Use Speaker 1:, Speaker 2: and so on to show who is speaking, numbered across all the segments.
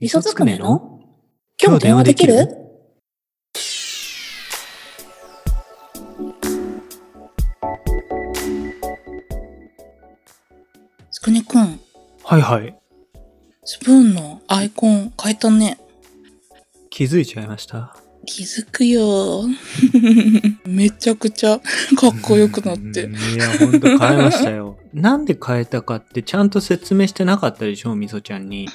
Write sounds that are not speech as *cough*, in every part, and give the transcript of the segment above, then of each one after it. Speaker 1: 味噌つくねの今日電話できる
Speaker 2: つくねくん、
Speaker 3: はいはい。
Speaker 2: スプーンのアイコン変えたね。
Speaker 3: 気づいちゃいました。
Speaker 2: 気づくよ。 *laughs* めちゃくちゃかっこよくなっ
Speaker 3: う
Speaker 2: て。
Speaker 3: んいや、ほんと変えましたよ。 *laughs* なんで変えたかってちゃんと説明してなかったでしょ、みそちゃんに。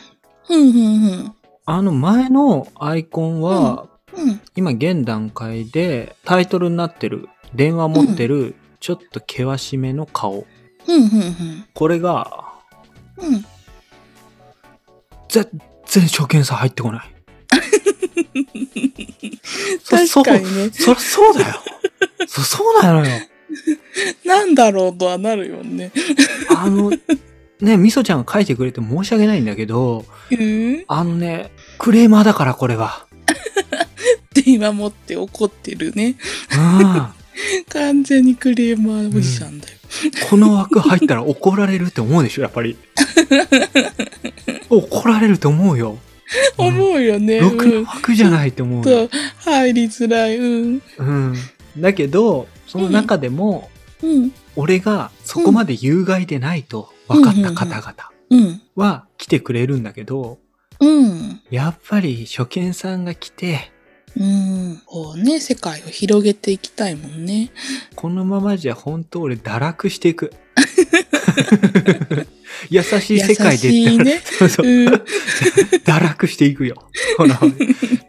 Speaker 2: ふんふんふん。
Speaker 3: あの前のアイコンは、
Speaker 2: うん。
Speaker 3: 今現段階でタイトルになってる、電話持ってる、ちょっと険しめの顔。
Speaker 2: ふんふんふん。
Speaker 3: これが、
Speaker 2: うん。
Speaker 3: 全然初見さん入ってこ
Speaker 2: *laughs*
Speaker 3: ない。そ
Speaker 2: 確かにね。
Speaker 3: そりゃそうだよ。そ、そうなのよ。
Speaker 2: なんだろうとはなるよね。 *laughs*
Speaker 3: あの、ね、みそちゃんが書いてくれて申し訳ないんだけど、
Speaker 2: えー、っ
Speaker 3: あのね、クレーマーだからこれは。
Speaker 2: て今持って怒ってるね。
Speaker 3: うん。
Speaker 2: 完全にクレーマーおじさんだよ。
Speaker 3: この枠入ったら怒られるって思うでしょ、やっぱり。怒られるって思うよ。
Speaker 2: 思うよね。
Speaker 3: ろく
Speaker 2: う。
Speaker 3: なん枠じゃないって思う
Speaker 2: と
Speaker 3: よ。
Speaker 2: 入りづらい。うん。
Speaker 3: うん。だけど、その中でも、
Speaker 2: うん。
Speaker 3: 俺がそこまで有害でないと分かった方々
Speaker 2: うん。
Speaker 3: は来てくれるんだけど、
Speaker 2: うん。
Speaker 3: やっぱり初見さんが来て、
Speaker 2: うん。こうね、世界を広げていきたいもんね。
Speaker 3: このままじゃ本当俺堕落してい
Speaker 2: *laughs*
Speaker 3: く。優しい世界で
Speaker 2: 優しいね。
Speaker 3: *laughs* そうそう
Speaker 2: うん。
Speaker 3: 堕落していくよ。この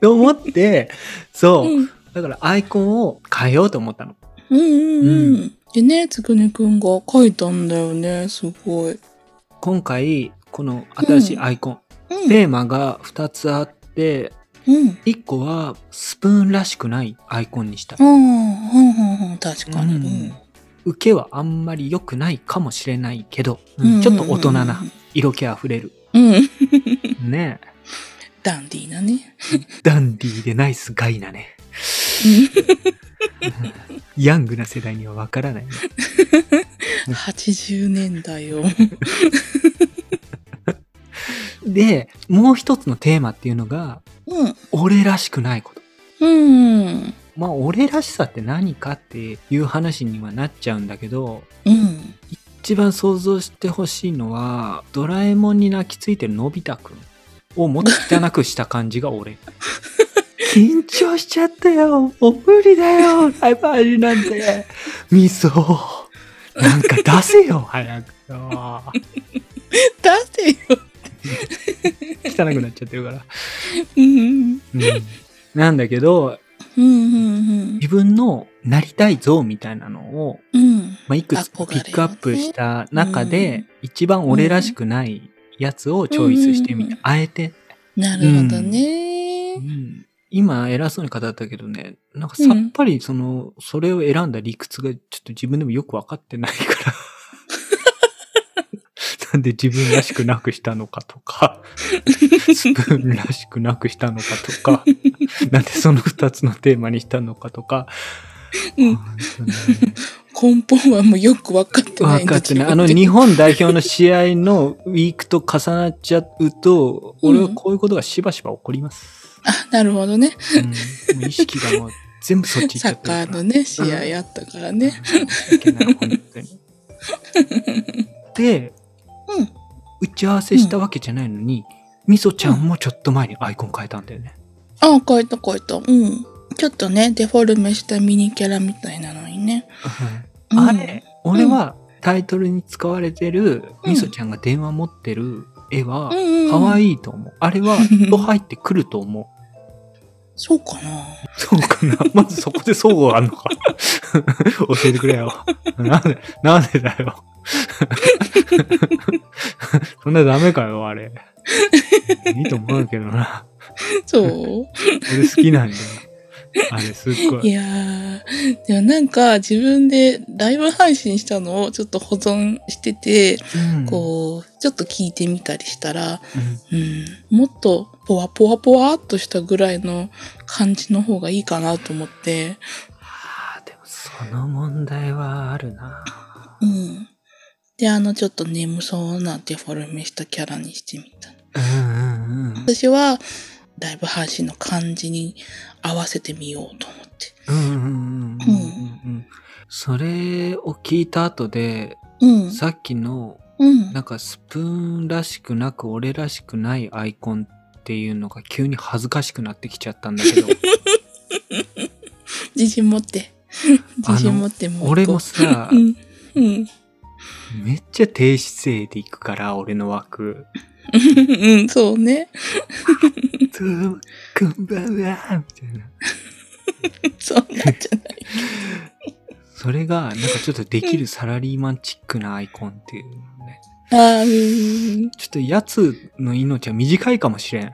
Speaker 3: と思って、そう。
Speaker 2: うん
Speaker 3: だからアイコンを変えようと思ったの。
Speaker 2: うんうんう。
Speaker 3: うん
Speaker 2: でね、つくねくんが書いたんだよね、すごい。
Speaker 3: 今回、この新しいアイコン、
Speaker 2: うん。
Speaker 3: テーマが2つあって、
Speaker 2: うん。
Speaker 3: 1個はスプーンらしくないアイコンにした
Speaker 2: ああ、。はんはんはん、確かに。
Speaker 3: う
Speaker 2: うんん。
Speaker 3: 受けはあんまり良くないかもしれないけど、
Speaker 2: うんうんうん
Speaker 3: ちょっと大人な、色気あふれる。
Speaker 2: うん。
Speaker 3: ねえ
Speaker 2: ダンディーなね。
Speaker 3: ダンディーでナイスガイなね。ヤングな世代にはわからないね。 *laughs*
Speaker 2: 80年代を。
Speaker 3: で、もう一つのテーマっていうのが、
Speaker 2: うん。
Speaker 3: 俺らしくないこと。
Speaker 2: うん。
Speaker 3: まあ、俺らしさって何かっていう話にはなっちゃうんだけど、
Speaker 2: うん。
Speaker 3: 一番想像してほしいのは、ドラえもんに泣きついてるのび太くんをもっと汚くした感じが俺。緊張しちゃったよ。もう無理だよ。ライブ配信なんて。ミソ。なんか出せよ、早くよ。
Speaker 2: だってよ。
Speaker 3: 汚くなっちゃってるから。
Speaker 2: う
Speaker 3: う
Speaker 2: ん。
Speaker 3: ん、なんだけど、
Speaker 2: うん。うん。
Speaker 3: 自分のなりたい像みたいなのを、
Speaker 2: うん。
Speaker 3: まあ、いくつか
Speaker 2: 憧れ
Speaker 3: ピックアップした中で、
Speaker 2: うん
Speaker 3: 一番俺らしくないやつをチョイスしてみた。
Speaker 2: うん
Speaker 3: あえて、
Speaker 2: なるほどね。
Speaker 3: 今偉そうに語ったけどね、なんかさっぱりその、それを選んだ理屈がちょっと自分でもよくわかってない
Speaker 2: *laughs*
Speaker 3: から。なんで自分らしくなくしたのかとか、スプーンらしくなくしたのかとか、なんでその二つのテーマにしたのかとか、
Speaker 2: うん
Speaker 3: 本当ね
Speaker 2: 根本はもうよく分かってない
Speaker 3: 分
Speaker 2: ん
Speaker 3: か
Speaker 2: だ
Speaker 3: って
Speaker 2: け
Speaker 3: な
Speaker 2: ど。
Speaker 3: い。あの、日本代表の試合のウィークと重なっちゃうと、
Speaker 2: うん
Speaker 3: 俺はこういうことがしばしば起こります。
Speaker 2: あ、なるほどね。
Speaker 3: うん、もう意識がもう全部そっち行っち
Speaker 2: サ
Speaker 3: ゃっ
Speaker 2: ッ
Speaker 3: てるか
Speaker 2: カ
Speaker 3: ら。
Speaker 2: ーのね、試合あったからね。
Speaker 3: うん。いけない、本当に。で、
Speaker 2: うん
Speaker 3: 打ち合わせしたわけじゃないのに、みそちゃんもちょっと前にアイコン変えたんだよね。
Speaker 2: ああ、変えた変えた。うん。ちょっとね、デフォルメしたミニキャラみたいなのにね。うん
Speaker 3: あれ、俺はタイトルに使われてる、みそちゃんが電話持ってる絵は、
Speaker 2: うんうん。
Speaker 3: 可
Speaker 2: い。
Speaker 3: 愛いと思う。あれ
Speaker 2: *laughs*
Speaker 3: は、と入ってくると思う。
Speaker 2: そうかな。 *laughs*
Speaker 3: そうかな。 *laughs* まずそこで相互あんのか。 *laughs* 教えてくれよ。なんで、なんでだよ。そんなダメかよ、あれ。いいと思うけどな。
Speaker 2: そう
Speaker 3: 俺好きなんだよ。あれ、すっご
Speaker 2: い
Speaker 3: い。
Speaker 2: やー。でもなんか自分でライブ配信したのをちょっと保存してて、
Speaker 3: うん
Speaker 2: こう、ちょっと聞いてみたりしたら、
Speaker 3: うん
Speaker 2: うん、もっとポワポワポワっとしたぐらいの感じの方がいいかなと思って、
Speaker 3: あーでも、その問題はあるな。
Speaker 2: うん。で、あの、ちょっと眠そうなデフォルメしたキャラにしてみた。
Speaker 3: うんうんうん
Speaker 2: 私はライブ配信の感じに合わせてみようと思って。
Speaker 3: うんうんうんうんうんうんそれを聞いた後で、
Speaker 2: うん。
Speaker 3: さっきの
Speaker 2: うん
Speaker 3: な。んかスプーンらしくなく俺らしくないアイコンっていうのが急に恥ずかしくなってきちゃったんだけ
Speaker 2: *laughs*
Speaker 3: ど
Speaker 2: 自信持って。自信持ってもう
Speaker 3: 俺
Speaker 2: 一個
Speaker 3: もさ
Speaker 2: うん。うん。
Speaker 3: めっちゃ低姿勢でいくから俺の枠
Speaker 2: うん、そうね。 *laughs*
Speaker 3: 「どうもこんばんは」みたいな
Speaker 2: そんなんじゃない。
Speaker 3: それがなんかちょっとできるサラリーマンチックなアイコンっていうのね
Speaker 2: ああ、うん。
Speaker 3: ちょっとやつの命は短いかもしれん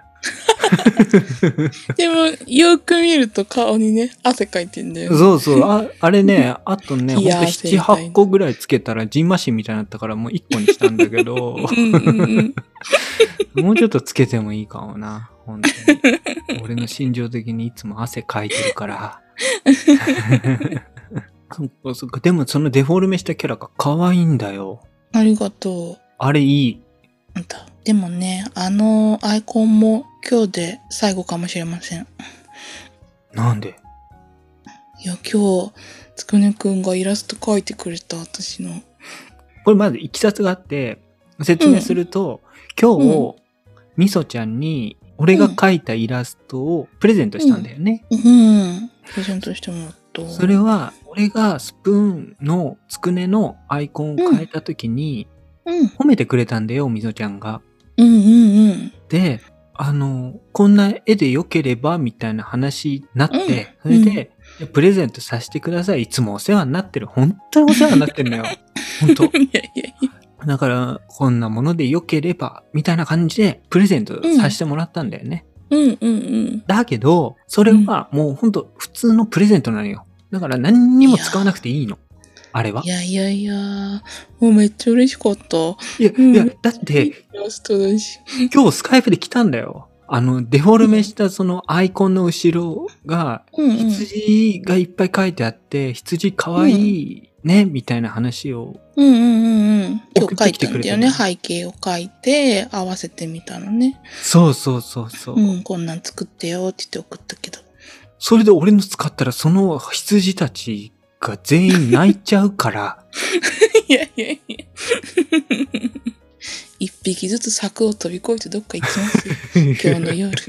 Speaker 2: でも、よく見ると顔にね、汗かいてんだよね。
Speaker 3: そうそう。
Speaker 2: *laughs*
Speaker 3: ああれね、あとね、ほん
Speaker 2: い
Speaker 3: と
Speaker 2: やー
Speaker 3: 7、8個ぐらいつけたら、ジンマシンみたいになったから、もう1個にしたんだけ
Speaker 2: *laughs*
Speaker 3: ど、
Speaker 2: うんうんうん。
Speaker 3: もうちょっとつけてもいいかもな。本当に。俺の心情的にいつも汗かいてるから。そっかそっか。でもそのデフォルメしたキャラが可愛いんだよ。
Speaker 2: ありがと
Speaker 3: あれいい。
Speaker 2: う。あんた。でもね、あのアイコンも今日で最後かもしれません。
Speaker 3: なんで
Speaker 2: いや、今日、つくねくんがイラスト描いてくれた、私の。
Speaker 3: これまずいきさつがあって、説明すると、今日、みそちゃんに、俺が描いたイラストをプレゼントしたんだよね。
Speaker 2: うん。プレゼントしてもらった。
Speaker 3: それは俺がスプーンのつくねのアイコンを変えた時に
Speaker 2: うん。
Speaker 3: 褒めてくれたんだよ、みぞちゃんが。
Speaker 2: うんうんうん。
Speaker 3: で、あの、こんな絵で良ければみたいな話になって、
Speaker 2: うん
Speaker 3: それで、プレゼントさせてください。いつもお世話になってる。本当にお世話になってる
Speaker 2: *laughs*
Speaker 3: のよ。本当。
Speaker 2: いやいやいや。
Speaker 3: だから、こんなもので良ければ、みたいな感じで、プレゼントさせてもらったんだよね。
Speaker 2: うんうんうん。。
Speaker 3: だけど、それはもう本当普通のプレゼントなのよ。だから何にも使わなくていいの。あれはい
Speaker 2: やいやいや、もうめっちゃ嬉しかった。
Speaker 3: いや、
Speaker 2: うん
Speaker 3: いや、だっ
Speaker 2: イ
Speaker 3: て、
Speaker 2: ラストだし。
Speaker 3: 今日スカイプで来たんだよ。あの、デフォルメしたそのアイコンの後ろが、
Speaker 2: うんうん。
Speaker 3: 羊がいっぱい書いてあって、羊かわいいね、みたいな話を。
Speaker 2: うんうんうんうん。今日書いたんだよね。
Speaker 3: 送
Speaker 2: 背景を書いて、合わせてみたのね。
Speaker 3: そうそうそうそう。
Speaker 2: うん、こんなん作ってよって言って送ったけど。
Speaker 3: それで俺の使ったら、その羊たちが全員泣いちゃうから、
Speaker 2: いやいやいや。一匹ずつ柵を飛び越えてどっか行きますよ。今日の夜。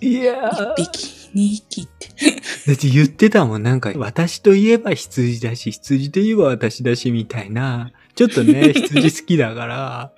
Speaker 3: いや *laughs* いやいや。いやー
Speaker 2: 一匹、二匹って。
Speaker 3: だって言ってたもん、なんか、私といえば羊だし、羊といえば私だし、みたいな。ちょっと
Speaker 2: *laughs*
Speaker 3: ね、羊好きだから、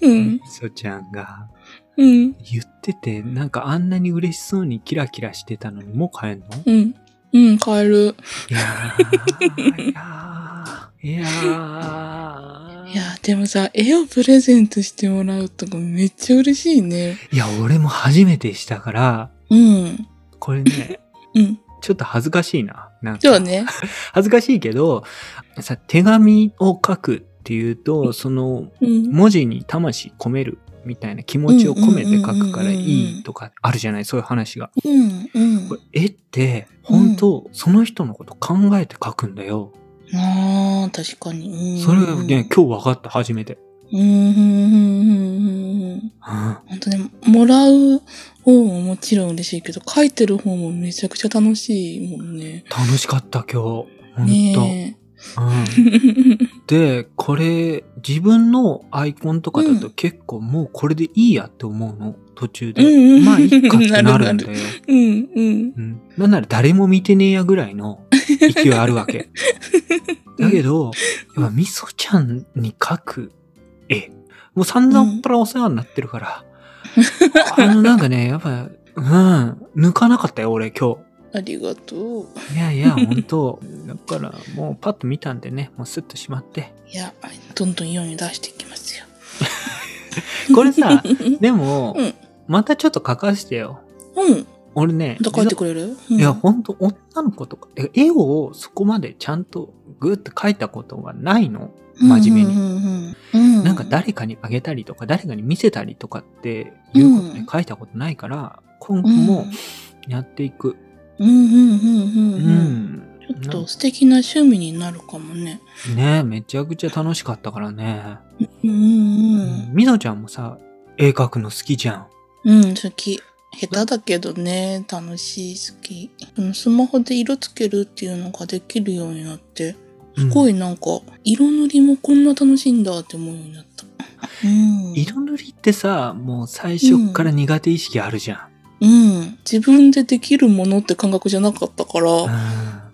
Speaker 2: う
Speaker 3: み
Speaker 2: ん、
Speaker 3: そちゃんが
Speaker 2: うん、
Speaker 3: 言ってて、なんかあんなに嬉しそうにキラキラしてたのに、もう帰んの
Speaker 2: うん。うん、カエル。
Speaker 3: いやー、いやー、いやー。
Speaker 2: いや、でもさ、絵をプレゼントしてもらうとかめっちゃ嬉しいね。
Speaker 3: いや、俺も初めてしたから、
Speaker 2: うん。
Speaker 3: これ *laughs* ね、
Speaker 2: うん。
Speaker 3: ちょっと恥ずかしいな。なんか
Speaker 2: そうね。
Speaker 3: 恥ずかしいけど、さ、手紙を書くっていうと、その、
Speaker 2: *laughs* うん。
Speaker 3: 文字に魂込めるみたいな気持ちを込めて書くからいいとかあるじゃないそういう話が。
Speaker 2: うん。うん
Speaker 3: こ。れ絵って本当その人のこと考えて書くんだよ。
Speaker 2: ああ、確かに。うん、
Speaker 3: それがね、今日分かった初めて。
Speaker 2: うんうんうんうんうん。
Speaker 3: うん
Speaker 2: 本当ね、もらう方ももちろん嬉しいけど、書いてる方もめちゃくちゃ楽しいもんね。
Speaker 3: 楽しかった今日。本
Speaker 2: ね
Speaker 3: 当、うん
Speaker 2: え。
Speaker 3: で、これ自分のアイコンとかだと結構もうこれでいいやって思うの途中で。
Speaker 2: うんうん
Speaker 3: まあいっかってなるんだよ。
Speaker 2: うんうん。
Speaker 3: うん、なんなら誰も見てねえやぐらいの勢いあるわけ。
Speaker 2: *laughs*
Speaker 3: だけど、やっぱみそちゃんに描く絵。もう散々っぱらお世話になってる
Speaker 2: *laughs*
Speaker 3: から。あのなんかね、やっぱ、うん、抜かなかったよ、俺今
Speaker 2: ありがとう。
Speaker 3: 日。いやい
Speaker 2: *laughs*
Speaker 3: や、本当だからもうパッと見たんでね、もうスッとしまって。
Speaker 2: いや、どんどん世に出していきますよ。
Speaker 3: これ
Speaker 2: *laughs*
Speaker 3: さ、でも、
Speaker 2: うん
Speaker 3: またちょっと書かせてよ。
Speaker 2: うん。
Speaker 3: 俺ね、
Speaker 2: また書いてくれる、うん、
Speaker 3: いや、ほんと、女の子とか、え絵をそこまでちゃんとグーって描いたことがないの。真面目
Speaker 2: う
Speaker 3: に。
Speaker 2: んうんうんうん。
Speaker 3: なんか誰かにあげたりとか、誰かに見せたりとかっていうこと
Speaker 2: う
Speaker 3: ね
Speaker 2: ん、
Speaker 3: 描いたことないから、今後もやっていく。
Speaker 2: うんうんうんう
Speaker 3: うん
Speaker 2: うん。
Speaker 3: ん。
Speaker 2: ちょっと素敵な趣味になるかもね。
Speaker 3: ねめちゃくちゃ楽しかったからね。
Speaker 2: うんうん
Speaker 3: みのちゃんもさ、絵描くの好きじゃん。
Speaker 2: うん。うん、好き。下手だけどね、楽しい、好き。でもスマホで色つけるっていうのができるようになって、すご
Speaker 3: い。
Speaker 2: いなんか、色塗りもこんな楽しいんだって思うようになった。うん。
Speaker 3: 色塗りってさ、もう最初から苦手意識あるじゃん。
Speaker 2: うん。自分でできるものって感覚じゃなかったから、
Speaker 3: うん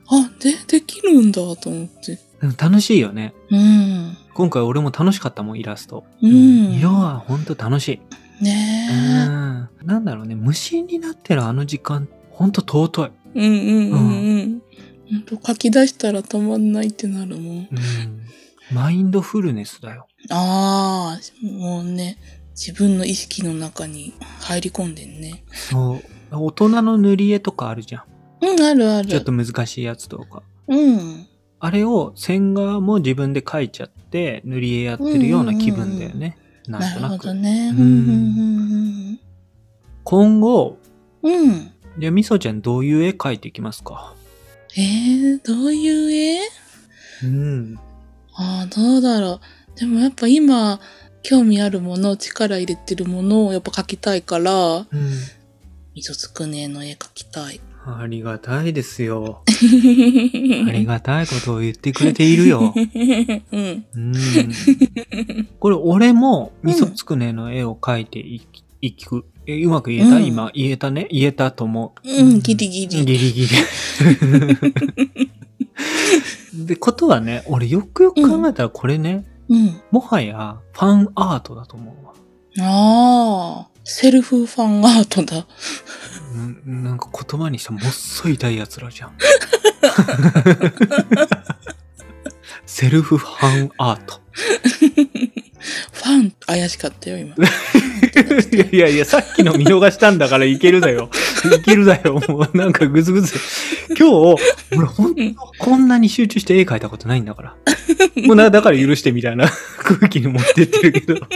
Speaker 2: あ、で、できるんだと思って。
Speaker 3: でも楽しいよね。
Speaker 2: うん。
Speaker 3: 今回俺も楽しかったもん、イラスト。
Speaker 2: うん
Speaker 3: 色はほんと楽しい。う
Speaker 2: ね
Speaker 3: ん。なんだろうね、無心になってるあの時間、ほんと尊い。
Speaker 2: え。うんうんうんうん。ほんと書き出したらたまんないってなるもん。
Speaker 3: うん。マインドフルネスだよ。
Speaker 2: ああ、もうね、自分の意識の中に入り込んでんね。
Speaker 3: そう。大人の塗り絵とかあるじゃん。
Speaker 2: うん、あるある。
Speaker 3: ちょっと難しいやつとか。
Speaker 2: うん。
Speaker 3: あれを線画も自分で描いちゃって塗り絵やってるような気分だよね。な
Speaker 2: なん
Speaker 3: と
Speaker 2: るほ
Speaker 3: なく。
Speaker 2: どね。
Speaker 3: うん
Speaker 2: うんうん
Speaker 3: 今後、
Speaker 2: うんうん。うん。
Speaker 3: じゃあみそちゃんどういう絵描いていきますか
Speaker 2: えー、どういう絵
Speaker 3: うん。
Speaker 2: ああ、どうだろう。でもやっぱ今、興味あるもの、力入れてるものをやっぱ描きたいから、
Speaker 3: うん。
Speaker 2: 溝つくねの絵描きたい。
Speaker 3: ありがたいです
Speaker 2: *laughs*
Speaker 3: よ。あ
Speaker 2: あ
Speaker 3: りがたいことを言ってくれているよ。
Speaker 2: うん。
Speaker 3: うん。これ俺もみそつくねの絵を描いていき、いく。えうまく言えた、
Speaker 2: うん
Speaker 3: 今言えたね言えたと思う。
Speaker 2: うん、ギリギ
Speaker 3: ギ
Speaker 2: リ。
Speaker 3: リギ
Speaker 2: *laughs*
Speaker 3: リ。で、ことはね、俺よくよく考えたらこれね、
Speaker 2: うん。
Speaker 3: もはやファンアートだと思うわ。
Speaker 2: ああ、セルフファンアートだ。
Speaker 3: うんなんか言葉にしたらもっそいたい奴ら *laughs* じゃん。セルフファンアート。
Speaker 2: ファン、怪しかったよ、今。
Speaker 3: いやいやいや、さっきの見逃したんだからいけるだよ。いけるだよ。 *laughs* もうなんかグズグズ。今日、俺ほんとこんなに集中して絵描いたことないんだから。もうな、だから許してみたいな *laughs* 空気に持ってってるけど。 *laughs*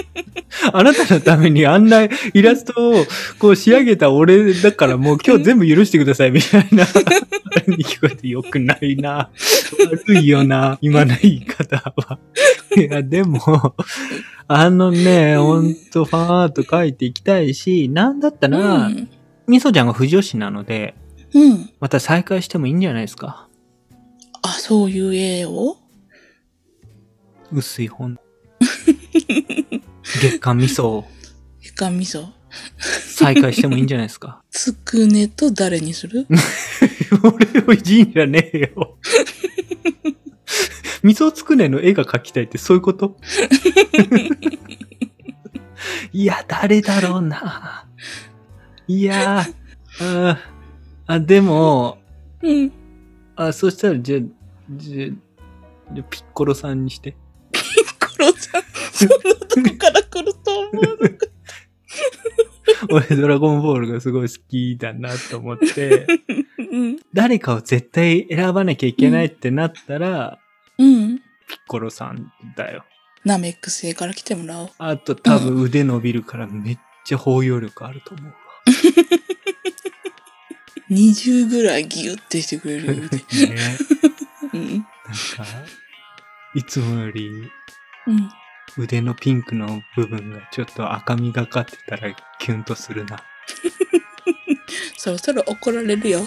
Speaker 3: あなたのためにあんなイラストをこう仕上げた俺だからもう今日全部許してくださいみたいな。 *laughs* あれに聞こえてよくないな。悪いよな。今の言い方は。いや、でも、あのね、ほんとファンアート描いていきたいし、なんだったら、
Speaker 2: うん。
Speaker 3: みそちゃんが不女子なので、
Speaker 2: うん。
Speaker 3: また再会してもいいんじゃないですか。
Speaker 2: あ、そういう絵を
Speaker 3: 薄い本。月刊みそを
Speaker 2: イカ味噌。
Speaker 3: 再会してもいいんじゃないですか。
Speaker 2: つくねと誰にする
Speaker 3: 俺をいじんじゃねえよ。みそつくねの絵が描きたいってそういうこといや、誰だろうな。いやー、あーあ、でも、
Speaker 2: うん。
Speaker 3: あ、そしたら、じゃあ、じゃあ、じゃあピッコロさんにして。
Speaker 2: 黒ちゃん、そんなとこから来ると思う。
Speaker 3: 俺、ドラゴンボールがすごい好きだなと思って、
Speaker 2: うん。
Speaker 3: 誰かを絶対選ばなきゃいけないってなったら、
Speaker 2: うん。
Speaker 3: ピッコロさんだよ。
Speaker 2: ナメック星から来てもらおう。
Speaker 3: あと多分腕伸びるからめっちゃ包容力あると思うわ。
Speaker 2: 20ぐらいギュってしてくれるよ
Speaker 3: *laughs*
Speaker 2: ね。
Speaker 3: ね。
Speaker 2: うん。
Speaker 3: なんか、いつもより
Speaker 2: うん。
Speaker 3: 腕のピンクの部分がちょっと赤みがかってたらキュンとするな。
Speaker 2: そろそろ怒られるよ。